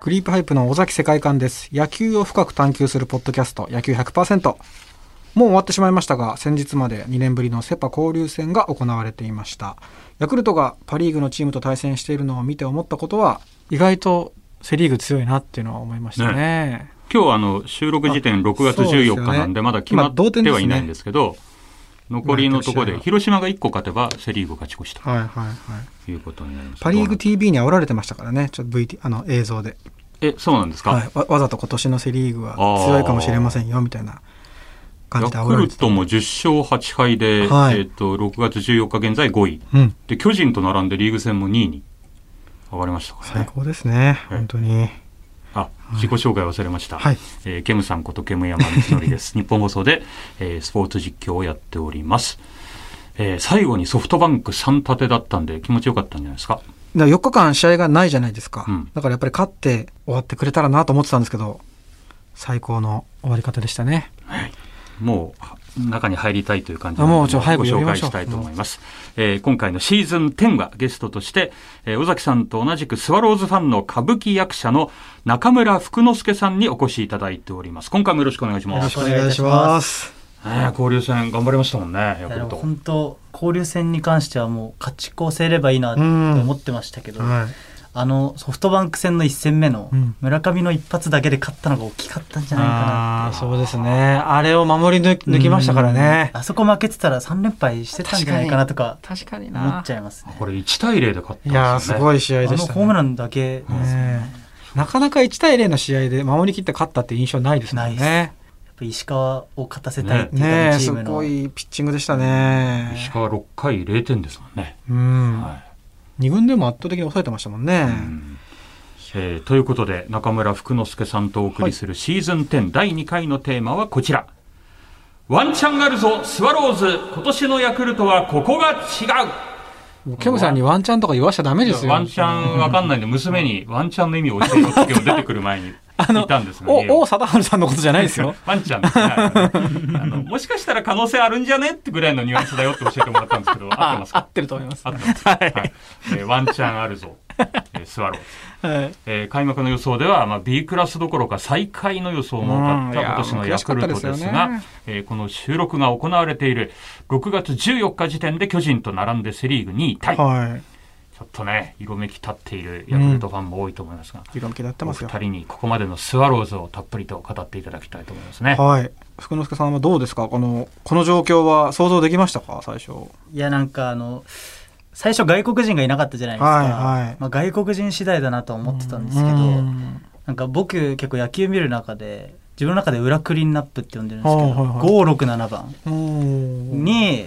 クリープハイプの尾崎世界観です。野球を深く探求するポッドキャスト、野球100%。もう終わってしまいましたが、先日まで2年ぶりのセパ交流戦が行われていました。ヤクルトがパリーグのチームと対戦しているのを見て思ったことは、意外とセリーグ強いなっていうのは思いましたね。今日あの収録時点6月そうですよ14ね日なんでまだ決まってはいないんですけど残りのところ今やってる試合では広島が1個勝てばセ・リーグ勝ち越しとはいはいはい。いうことになりますパリーグど TV に煽られてましたからね、ちょっと VT、あの映像で。うなえそうなんですか、はい、わわざと今年のセ・リーグは強いかもしれませんよみたいな感じでヤ煽クられルてたトも10勝8敗で、はいえっと6月14日現在5位うんで巨人と並んでリーグ戦も2位に上がりましたから最ね高ですね、はい本当にあ自己紹介忘れました、はいえーケムさんことケム山光則です 日本放送で、えースポーツ実況をやっております、えー最後にソフトバンク3立てだったんで気持ちよかったんじゃないですかだ4日間試合がないじゃないですか、うんだからやっぱり勝って終わってくれたらなと思ってたんですけど最高の終わり方でしたねもう中に入りたいという感じなあのでもうちょ早くご呼び紹ま介しょうしたいと思います、えー今回のシーズン10はゲストとして、えー尾崎さんと同じくスワローズファンの歌舞伎役者の中村福之助さんにお越しいただいております今回もよろしくお願いしよまろすしくお願いしますえー交流戦頑張りましたもんねヤクいやルでもト本当交流戦に関してはもう勝ち越せればいいなって思ってましたけど、はいあのソフトバンク戦の1戦目のうん村上の一発だけで勝ったのが大きかったんじゃないかなああーそうですねあれを守り抜き抜きましたからねあそこ負けてたら3連敗してたんじゃないかなとか確かに思っちゃいますねこれ1対0で勝ったんですよ、ね、いやーすごい試合あでのした、ね、ホームランだけですよねねえなかなか1対0の試合で守り切って勝ったって印象ないですもんないねやっぱ石川を勝たせたいっていうねかえチすームの、ごいピッチングでしたね。石川6回0点ですもんね。うん、は二軍でも圧倒的に抑えてましたもんね。いうんえーということで中村福之助さんとお送りするシーズン10、第2回のテーマはこちらワンチャンあるぞスワローズ今年のヤクルトはここが違うもうケムさんにワンチャンとか言わしちゃダメですよ。ワンチャンわかんないんで娘にワンチャンの意味を教えろって今日出てくる前に いたんですが家お、をお、貞治さんのことじゃないですよ。ワンちゃんですねあのもしかしたら可能性あるんじゃねってぐらいのニュアンスだよって教えてもらったんですけど 合ってます合かってると思います。合ってます、はいえーワンチャンあるぞ、えースワロはーズい。えー開幕の予想では、まあ、B クラスどころか最下位の予想も多かったうんいや今年のヤクルトです悔しかったがですよねえーこの収録が行われている6月14日時点で巨人と並んでセ・リーグ2位タイ、はちょっとね色めき立っているヤクルトファンも多いと思いますが、い。色向きだっておますよ二。人にここまでのスワローズをたっぷりと語っていただきたいと思いますね。はい。福之助さんはどうですかこの、この状況は想像できましたか最初。いやなんかあの最初外国人がいなかったじゃないですか、はいはいまあ、外国人次第だなとは思ってたんですけど、うんなんか僕結構野球見る中で自分の中で裏クリーンナップって呼んでるんですけど、はいはいはい567番うんに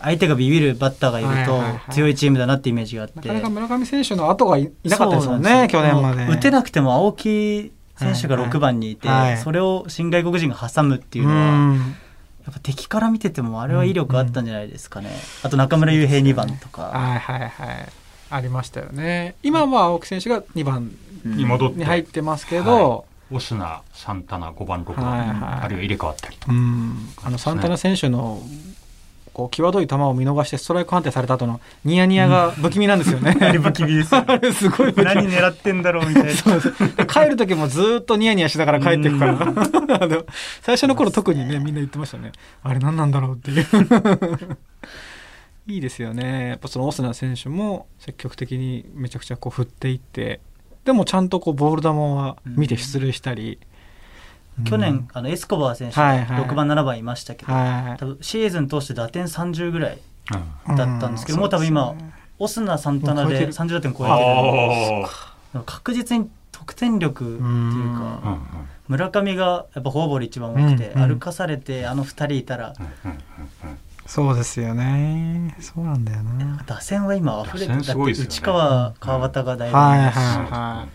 相手がビビるバッターがいるはいはいはとい強いチームだなってイメージがあって、なかなか村上選手の後がいいなかったですもんね、去そう年なまんですで。よもう打てなくても青木選手が6番にいて、はいはいはいそれを新外国人が挟むっていううのは、ん。やっぱ敵から見ててもあれは威力あったんじゃないですかね、あと中村悠平2番とか、はいはいはい。ありましたよね。今は青木選手が2番うんに戻っに入ってますけはど、オスナ、サンタナ、5番、6番、はいはいあるいは入れ替わったりと。うんあのサンタナ選手のこう際どい球を見逃してストライク判定された後のニヤニヤが不気味なんですよね。 あれ不気味ですよねあれすごい不気何味。狙ってんだろうみたい なそうそう帰る時もずっとニヤニヤしながら帰っていくから あの最初の頃特にねみんな言ってましたねあれ何なんだろうっていう いいですよねやっぱそのオスナ選手も積極的にめちゃくちゃこう振っていってでもちゃんとこうボール球は見て出塁したり、うん 去年あのエスコバー選手はいはいが6番7番いましたけど、はい多分シーズン通して打点30ぐらいうんだったんですけどもう多分今オスナ・サンタナもう超えてでる30打点超えてるんでおーでも確実に得点力っていううんうかん村上がやっぱフォアボール一番多くて、うんうん歩かされてあの2人いたらうんうんそうですよね。そうなんだよな。打線は今溢れて打線だすごいでっすてよね内川川端がはい大分はいははい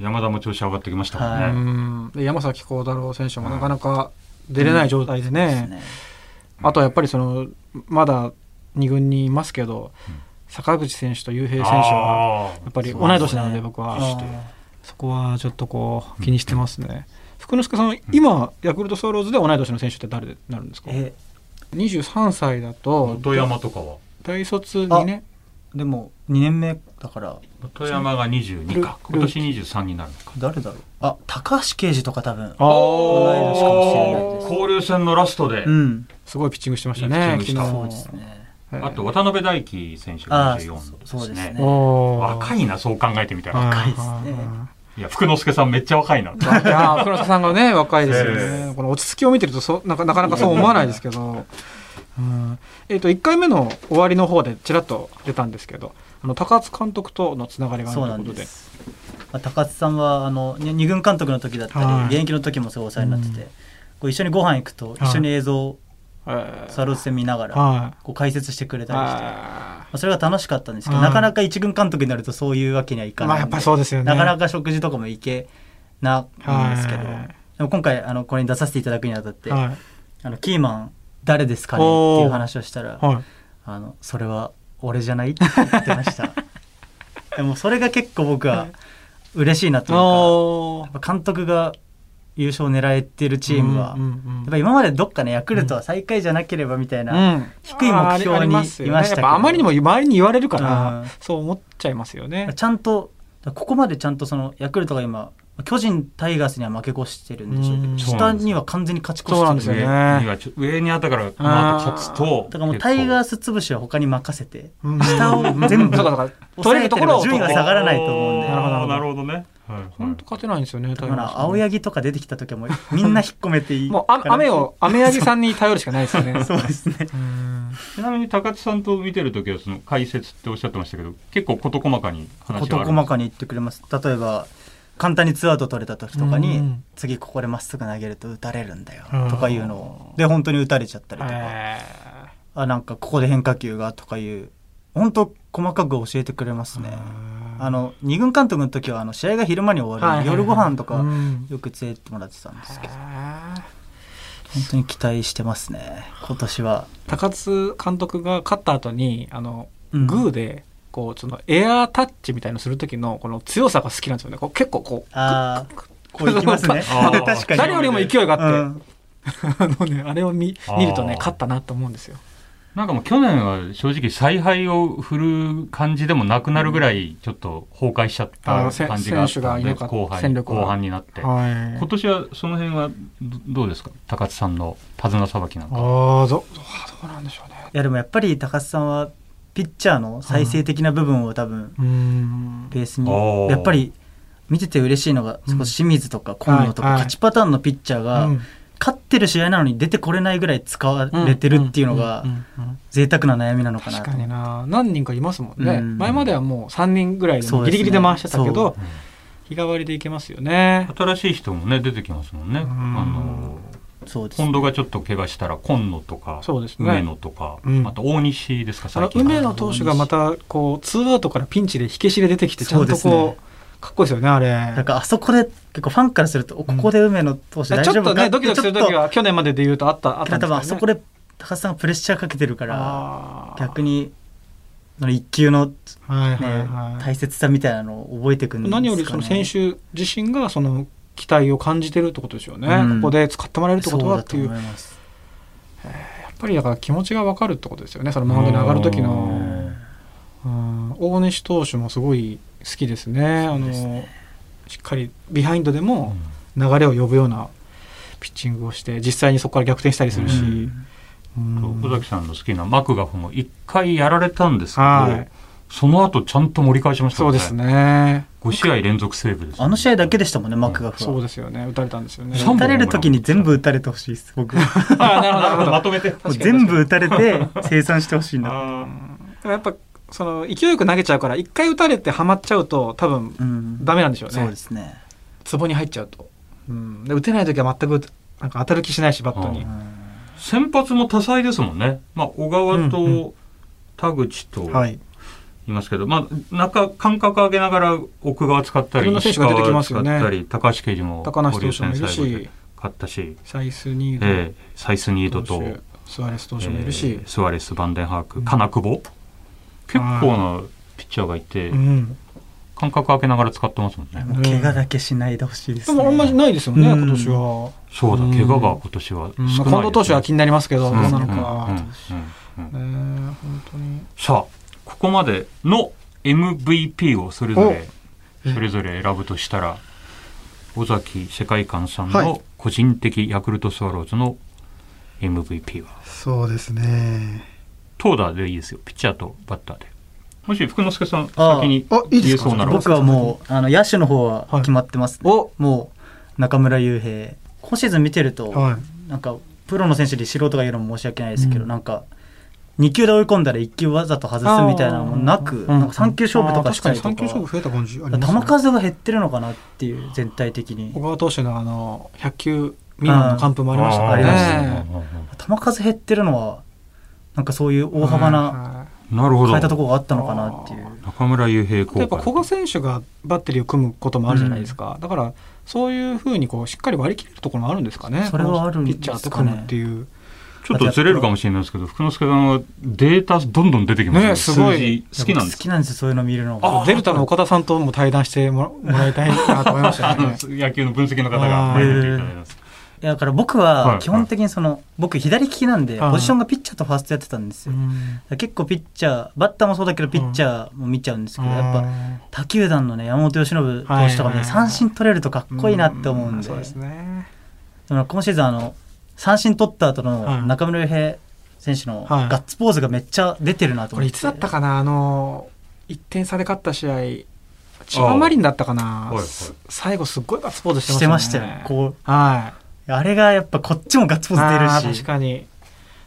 山田も調子上がってきましたもんい。はういね。ん。で山崎幸太郎選手もなかなか出れない状態でですね。ねあとはやっぱりそのまだ二軍にいますけどうん、坂口選手と雄あ平ー選手はやっぱり同い年なのそうですでね僕あはしてーそこはちょっとこう気にしてますね。福之助さん今ヤクルトスワローズで同い年の選手って誰になるんですか？え二十三歳だと本山とかは大卒にねでも2年目だから富山が22か今年23になるのか誰だろうあ高橋奎二とか多分あ同い年かもしれないーです交流戦のラストで、うんすごいピッチングしてましたいいねピッチングしたそ昨うです日ねえーあと渡辺大輝選手あがあ24そうそうでですすねねおー若いなそう考えてみたら、はい若いですねいや福之助さんめっちゃ若いないやー黒田さんがね若いですよね、えこの落ち着きを見てるとそうなんかなかなかそう思わないですけど、うんえー、と1回目の終わりの方でちらっと出たんですけどあの高津監督とのつながりがあるそうなといんうことで、ですまあ、高津さんはあのに二軍監督の時だったり、はい現役の時もすごいお世話になってて、うんこう一緒にご飯行くとい一緒に映像をえースワローズ戦見ながら、はいこう解説してくれたりして、まああ、それが楽しかったんですけど、はいなかなか一軍監督になるとそういうわけにはいーかまなあいやんっで、ぱりそうですよねなかなか食事とかも行けないんですけど、はいでも今回あのこれに出させていただくにあたって、はいあのキーマン誰ですかねっていう話をしたら、はいあのそれは俺じゃないって言ってました でもそれが結構僕は嬉しいなというおかやっぱ監督が優勝を狙えてるチームは、うんうんうんやっぱ今までどっかねヤクルトは最下位じゃなければみたいな、うん低い目標にあありますよねいましたけどやっぱあまりにも周りに言われるから、うんそう思っちゃいますよね。ちゃんとここまでちゃんとそのヤクルトが今巨人タイガースには負け越してるんでしょうけうどん下には完全に勝ち越してそうなるんですよね上にはちょ上にあったからこの後勝つとだからもうタイガーース潰しは他に任せてうん下を全部そうかだから取抑れえるてところればを順位が下がらないと思うんでなるほどなるほどね、はいはい本当勝てないんですよね。だタイかガースら青柳とか出てきた時はもうみんな引っ込めてい いもうあ雨を雨柳さんに頼るしかないですよね。 そうですねうんちなみに高津さんと見てる時はその解説っておっしゃってましたけど結構事細かに話事はあるんで細すかに言ってくれます例えば簡単にツーアウト取れた時とかに、うん次ここでまっすぐ投げると打たれるんだようんとかいうのをで本当に打たれちゃったりとか、えあなんかここで変化球がとかいう本当細かく教えてくれますね、ーあの二軍監督の時はあの試合が昼間に終わる、はいはいはい夜ご飯とうかんよく連れてってもらってたんですけど、あー本当に期待してますね今年は高津監督が勝った後にあのうんグーで。こうそのエアータッチみたいのする時のこの強さが好きなんですよね。こう結構こうああこういきますねあー確かに誰よりも勢いがあって、うん あのね、あれを見あー見るとね、勝ったなと思うんですよ。なんかもう去年は正直采配を振る感じでもなくなるぐらいちょっと崩壊しちゃったあせ感じがあった選の手がいでなかった後半戦力が後半になっては今年はその辺はどどうですか高津さんの手綱さばきなんかああ、ど、どうなんでしょうね。いやでもやっぱり高須さんはピッチャーの再生的な部分を多分うーん。ベースおにーやっぱり見てて嬉しいのがうん少し清水とか今野とかはいはい勝ちパターンのピッチャーがうん勝ってる試合なのに出てこれないぐらい使われてるっていうのがんんうんうん贅沢な悩みなのかな確とかにな何人かいますもんね、うん前まではもう3人ぐらいでそうギですねリギリで回してたけど、そ日替わりでいけますよね新しい人もね出てきますもんねあんのそうです近藤がちょっと怪我したら今野とかそうですね梅野とかうんあと大西ですかあの最近梅野投手がまたこうツーアウトからピンチで火消しで出てきてちゃんとそうですこねうかっこいいですよねあれなんかあそこで結構ファンからするとおここで梅野投手大ちょ丈っと夫かねドキドキする時ちょっは去年までで言うとあったあっとたんです多分よあねそこで高須さんがプレッシャーかけてるからあー逆にその一級のはいはいねはい、大切さみたいなのを覚えていくんですかね何よりその選手自身がその期待を感じてるってことですよね、うんここで使ってもらえるってことはっていうそだと思やっいますぱりだから気持ちが分かるってことですよねそのマウンドに上がる時のうん大西投手もすごい好きですねあそうのですねしっかりビハインドでもうん流れを呼ぶようなピッチングをして実際にそこから逆転したりするし、うん尾崎さんの好きなマクガフも一回やられたんですけはいどその後ちゃんと盛り返しましたそもうんですね5試合連続セーブですね、あの試合だけでしたもんね、マクガフそうは。ですよね打たれたんですよね三 本打たれる時に全部打たれてほしいです、僕。もあなるほどなるほど まとめてう 全部打たれて生産してほしいな。でもやっぱその勢いよく投げちゃうから一回打たれてはまっちゃうと多分うんダメなんでしょうね、そうですね。ツボに入っちゃうと、うん、で打てない時は全くなんか当たる気しないしバットに、ううん先発も多彩ですもんね、まあ、小川うんうと田口とはいいますけど、まあ、中間隔上げながら奥川使ったいろりんな選石手が出てきま川す使よっねたり高橋奎二も高梨投手もい交る流戦最後でし勝ったし、サイスニーええサイスニードド投と、手スワレス投手もいえるえし、スワレスバンデンハークうん金久保結構なピッチャーがいて、うん、間隔空けながら使ってますもんね、もう怪我だけしないでほしいでですね。もあんまりないですよね、うん今年は、そうだうん怪我が今年は少うんないです、ねまあ近藤投手は気になりますけど、うんどうなのうんうんか、うんうんねえ本当にさあここまでの MVP をそれぞれそれぞれ選ぶとしたら尾崎世界観さんはいの個人的ヤクルトスワローズの MVP はそうですね。投打でいいですよピッチャーとバッターでもし福之助さんああ先にあいいで言えすかそうなら僕はもうあの野手の方ははい決まってます、ねおもう中村悠平今シーズン見てると、はなんかプロの選手で素人が言うのも申し訳ないですけど、うんなんか2球で追い込んだら1球わざと外すみたいなのもなく、んなんか3球勝負とかしたりとあかー確かに3球勝負増えた感じありますね球数が減ってるのかなっていう全体的に小川投手のあの100球未満の完封もありましたからありましたね。球数減ってるのはなんかそういう大幅なはなるほ変えたとどころがあったのかなっていう、中村悠平い、効やっぱ果古賀選手がバッテリーを組むこともあるじゃないですか、だからそういうふうにこうしっかり割り切れるところもあるんですかねそれはあるんピでッすチかャねーとかもっていうちょっとずれるかもしれないですけど福之助さんはデータどんどん出てきますねすごい数字好きなんです好きなんですよそういうの見るのがデルタの岡田さんとも対談してもらもらいたいなと思いましたあ ねの。野球の分析の方が出ていただいます。いやだから僕ははい基本的にその、僕左利きなんではいポジションがピッチャーとファーストやってたんですうよ、だかんら結構ピッチャーバッターもそうだけどピッチャーも見ちゃうんですけど、やっぱぱ他球団のね山本由伸投手とかはいはいはねい三振取れるとかっこいいなって思うんで,、そうですね。でも今シーズンあの三振取った後はいの中村悠平選手のはいガッツポーズがめっちゃ出てるなこと思れっいて、つだったかなあの1点差で勝った試合千葉マリンだったかなはいはいす最後すっごいガッツポーズししててままししたたよよね。こはいうあれがやっぱこっちもガッツポーあズー出るし確かに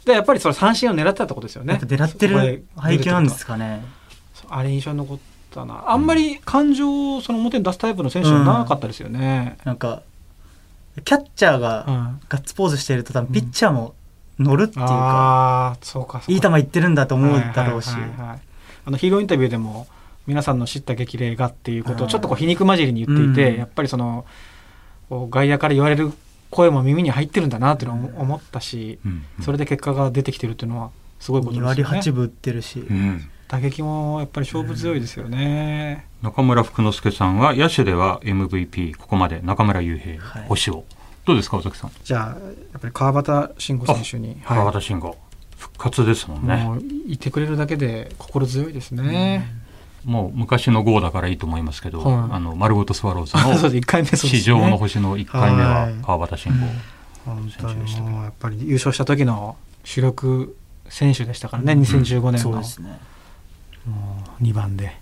でやっぱりそれ三振を狙ってたとこですよねやっぱ狙ってそこでる配球なんですかねそうあれ印象に残ったなあんまり感情をその表に出すタイプの選手はなかったですよね、なんかキャッチャーが、うんガッツポーズしてると多分ピッチャーも乗るっていうか、ああそうかそうかいい球いってるんだと思うだろうし、はいはいはいはいあのヒーローインタビューでも皆さんの知った激励がっていうことをあーちょっとこう皮肉交じりに言っていて、うんやっぱりそのこう外野から言われる声も耳に入ってるんだなっていうのを思思ったし、それで、で結果が出てきてるっていうのはすごいことです2よね割8分打ってるし、うん打撃もやっぱり勝負強いですよね、中村福之助さんは野手では MVP ここまで中村悠平、はい星をどうですか尾崎さん、じゃあやっぱり川端慎吾選手に、はい川端慎吾復活ですもんねもういてくれるだけで心強いですね、もう昔の号だからいいと思いますけど、はいあの丸ごとスワローズあ そうのです1回目そうです、ね、史上の星の1回目は川端慎吾、本当選手でにしたもうやっぱり優勝した時の主力選手でしたからね、2015年そうのですね2番で、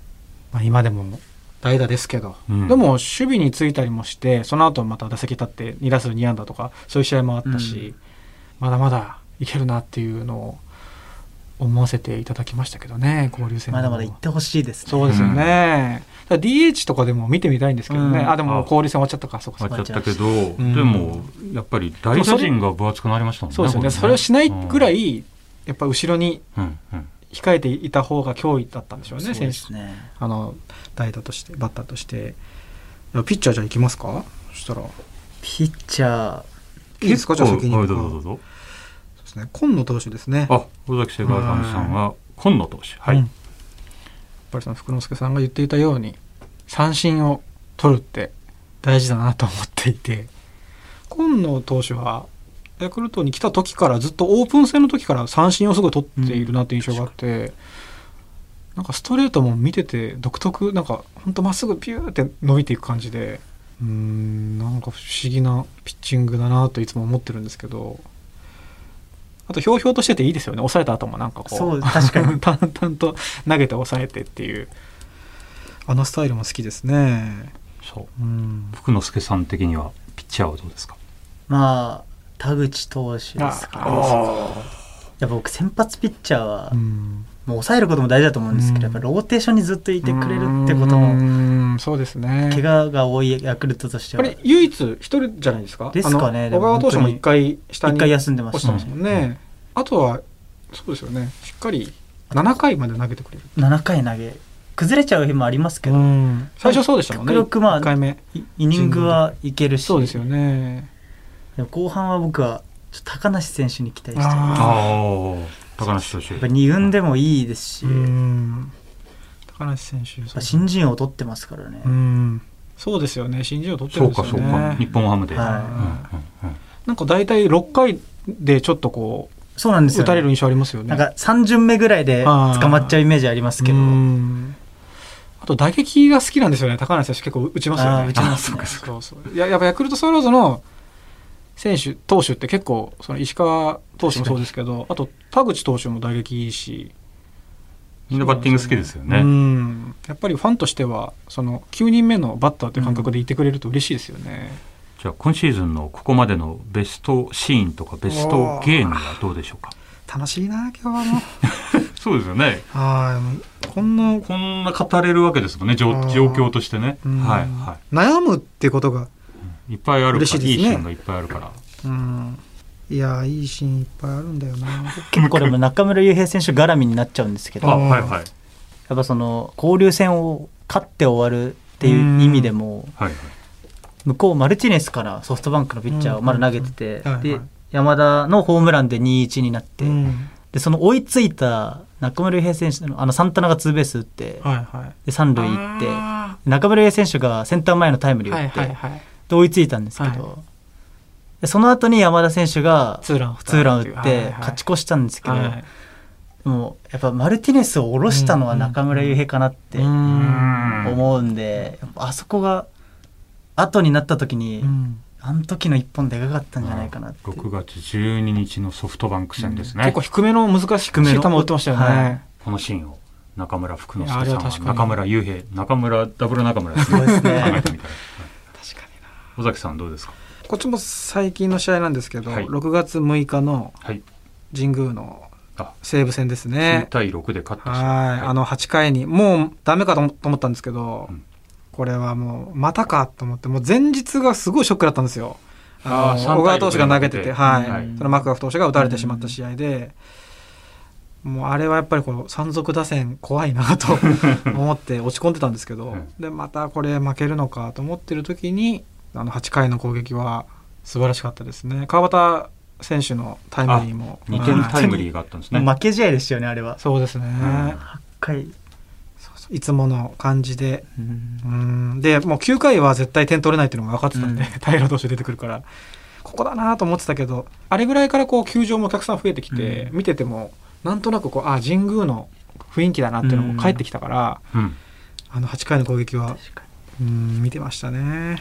まあ、今でも代打ですけど、うんでも守備についたりもしてその後また打席立って2打数2安打とかそういう試合もあったし、まだまだいけるなっていうのを思わせていただきましたけどね交流戦まだまだい行ってほしいですねそうですよね、だから DH とかでも見てみたいんですけどね、うんあでも交流戦終わっちゃったかそうかそう終かわっちゃったけど、んでもやっぱり大打陣が分厚くなりましたもんねそうですよねこそれをしないぐらうんいやっぱ後ろにうんうん控えていた方が脅威だったんでしょうそうね、で選手すねあの代打としてバッターとしていやピッチャーじゃあ行きますかそしたらいピッチャーいですかじゃあ先には行いくどかうぞどうぞそうですね今野投手ですねやっあ尾崎世界観さんは今野投手はい、うんぱりその福之助さんが言っていたように三振を取るって大事だなと思っていて今野投手はヤクルトに来た時からずっとオープン戦の時から三振をすごい取っているなって印象があって、なんかストレートも見てて独特なんかほんとまっすぐピューって伸びていく感じでうーんなんか不思議なピッチングだなといつも思ってるんですけどあとひょうひょうとしてていいですよね抑えた後もなんかこうそ う確かに淡々と投げて抑えてっていうあのスタイルも好きですねそううん福之助さん的にはピッチャーはどうですかまあ田口投手ですかねやっぱ僕先発ピッチャーは、うんもう抑えることも大事だと思うんですけど、うんやっぱローテーションにずっといてくれるってことうもーんそうですね怪我が多いヤクルトとしてこはれ唯一一人じゃないですかですかねあので小も川投手も一回下一に回休んでま落しちてたますもんね、あとはそうですよねしっかり7回まで投げてくれる7回投げ崩れちゃう日もありますけど、最初そうでしたもんね極力まあ1回目イイニングはいけるしそうですよねでも後半は僕はちょっと高梨選手に期待してるあやーああ高梨投手っぱ2軍でもいいですし、うやっん高梨選手ぱそう新人王を取ってますからね、うんそうですよね新人を取ってそるんうですかよねそうか日本ハムで、はいうんうんうんなんか大体6回でちょっとこうそうなんですよ、打たれる印象ありますよね。なんか3巡目ぐらいで捕まっちゃうイメージありますけど、うんあと打撃が好きなんですよね。高梨選手結構打ちますよあね。ー打ちますそうかそうかそうそういややっぱヤクルトスワローズの選手投手って結構その石川投手もそうですけど、あと田口投手も打撃いいし、みんなバッティング好きですよね。うんやっぱりファンとしてはその9人目のバッターという感覚でいてくれると嬉しいですよね。じゃあ今シーズンのここまでのベストシーンとかベストゲームはどうでしょうか楽しいな今日はもう。そうですよね。はいもう。こんな、こんな語れるわけですもんね、状あー状況としてね。うんはい、は悩むってことが。い。いっぱいあるから、嬉しいいですねいシーンがいっぱいあるから。うん。いやーいいシーンいっぱいあるんだよな。結構でも中村悠平選手絡みになっちゃうんですけどあ、あーはいはい。やっぱその交流戦を勝って終わるっていう意味でもはいはい、向こうマルチネスからソフトバンクのピッチャーをまだ投げてうて、んうんうんはいではい山田のホームランで2-1になって、うん。でその追いついた中村悠平選手のあのサンタナがツーベース打って、はいはい。で三塁行っては中村悠平選手がセンター前のタイムリーを打いって、はいはい。で追いついたんですけど、はでその後に山田選手がツーランツーラン打っはいはてい勝ち越したんですけど、はいでもやっぱマルティネスを下ろしたのは中村悠平かなってうん思うんで、やっぱあそこが後になった時に、うんあの時の一本でかかったんじゃないかなって。 6月12日のソフトバンク戦ですね。結構低めの難しい球低めの打ってましたよね。はいこのシーンを中村福之助いやあれさは確んかはに中村悠平中村ダブル中村ですそうですね考えてみたら確かにな。尾崎さんどうですかこっちも最近の試合なんですけど、はい6月6日のはい神宮のあ西武戦です9ね。対6で勝ったはい試合、あの8回にもうダメかと思と思ったんですけど、うんこれはもうまたかと思ってもう前日がすごいショックだったんですよ。あーあの3対小川投手が投げて6でて、はいはいそのマクガフ投手が打たれてしまった試合で、もうあれはやっぱりこの山賊打線怖いな と思って落ち込んでたんですけど、うんでまたこれ負けるのかと思ってる時にあの8回の攻撃は素晴らしかったですね川端選手のタイムリーも2点タイムリーーがあったんですね、もう負け試合でしたよねあれは。そうですね、ん8回、そうそういつもの感じでうんでもう9回は絶対点取れないっていうのが分かってたんで、うん平投手出てくるからここだなと思ってたけどあれぐらいからこう球場もお客さん増えてきて、う見ててもなんとなくこうあ神宮の雰囲気だなっていうのも帰ってきたから、うんあの8回の攻撃は確かにうん見てましたね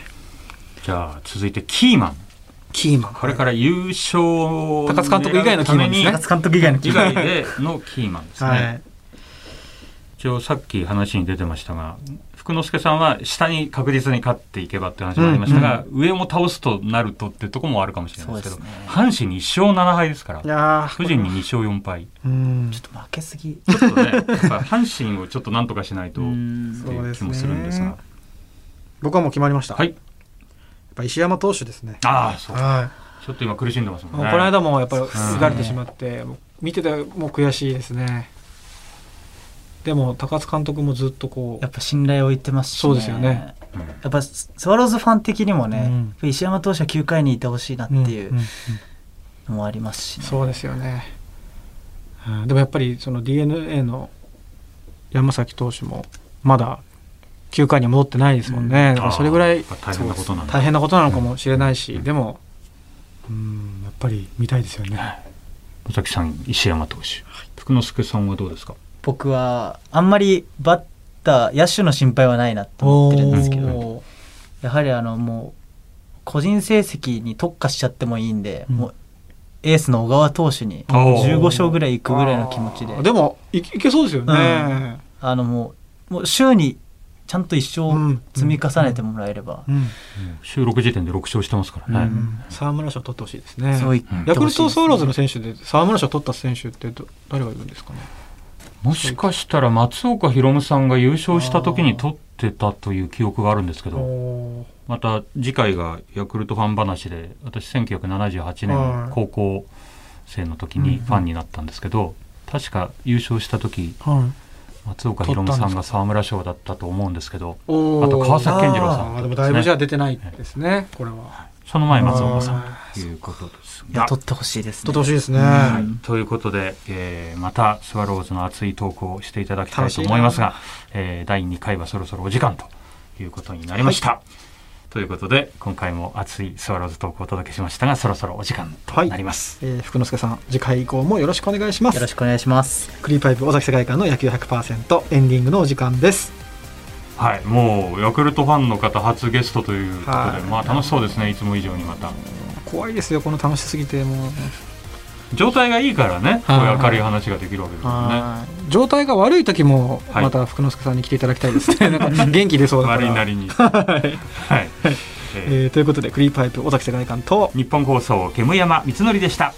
じゃあ続いてキーマンキーマンこれから優勝を高津監督以外のキーマンですね中津監督以外の以 外でのキーマンですね、はい、一応さっき話に出てましたが福之助さんは下に確実に勝っていけばって話もありましたが、上も倒すとなるとってとこもあるかもしれないですけそどうですね阪神に1勝7敗で すからいやー巨人に2勝4敗うんちょっと負けすぎ。ちょっとねやっぱ阪神をちょっとなんとかしないとっていう気もするんですがそうですね僕はもう決まりました、はやいっぱ石山投手ですねああそうはちょっと今苦しんでますもんもうねこの間もやっぱりすねすがれてしまって、もう見ててもう悔しいですねでも高津監督もずっとこうやっぱ信頼を置いてますし、そうですよね。うんやっぱススワローズファン的にもね、うんやっぱ石山投手は9回にいてほしいなっていうんんんのもありますし、ねそうですよね、うんでもやっぱりその d n a の山崎投手もまだ9回には戻ってないですもんね、だからそれぐらいあー大変なことなんだ大変なことなのかもしれないし、うんでもうんやっぱり見たいですよね尾崎さん石山投手福之助さんはどうですか僕はあんまりバッター野手の心配はないなと思ってるんですけおどやはりあのもう個人成績に特化しちゃってもいいんで、うんもうエースの小川投手におー15勝ぐらいいくぐらいの気持ちであーでもいいけそうですよね、あのもうもう週にちゃんと一う勝ん積み重ねてもらえれば、うん収録時点で6勝してますからね、うん沢村賞取ってほしいですねそういうんヤクルトスワローズの選手で沢村賞取った選手ってど誰がいるんですかねもしかしたら松岡宏夢さんが優勝した時に取ってたという記憶があるんですけどおまた次回がヤクルトファン話で私1978は年い高校生の時にファンになったんですけど、確か優勝した時はい松岡宏夢さんが沢村賞だったと思うんですけどおーあと川崎健次郎さんあーでもだいぶじゃあ出てないですねこれはその前松岡さんあということですいやが。取ってほしいです取ねってほしいですねははいい、ということで、えーまたスワローズの熱い投稿をしていただきたいと思いますが、えー第2回はそろそろお時間ということになりました。ということで今回も熱いスワローズトークをお届けしましたがそろそろお時間となります、えー福之助さん次回以降もよろしくお願いしますよろしくお願いします。クリーパイプ尾崎世界観の野球100%エンディングのお時間ですはい、もうヤクルトファンの方初ゲストということで、はいまあ楽しそうですねいつも以上にまた怖いですよこの楽しすぎてもう、状態がいいからね、はいこういう明るい話ができるわけですよねはい状態が悪い時もはいまた福之助さんに来ていただきたいですね、なんか元気出そうだから悪いなりにはい、えーえーということでクリーパイプ尾崎世界観と日本放送煙山光則でした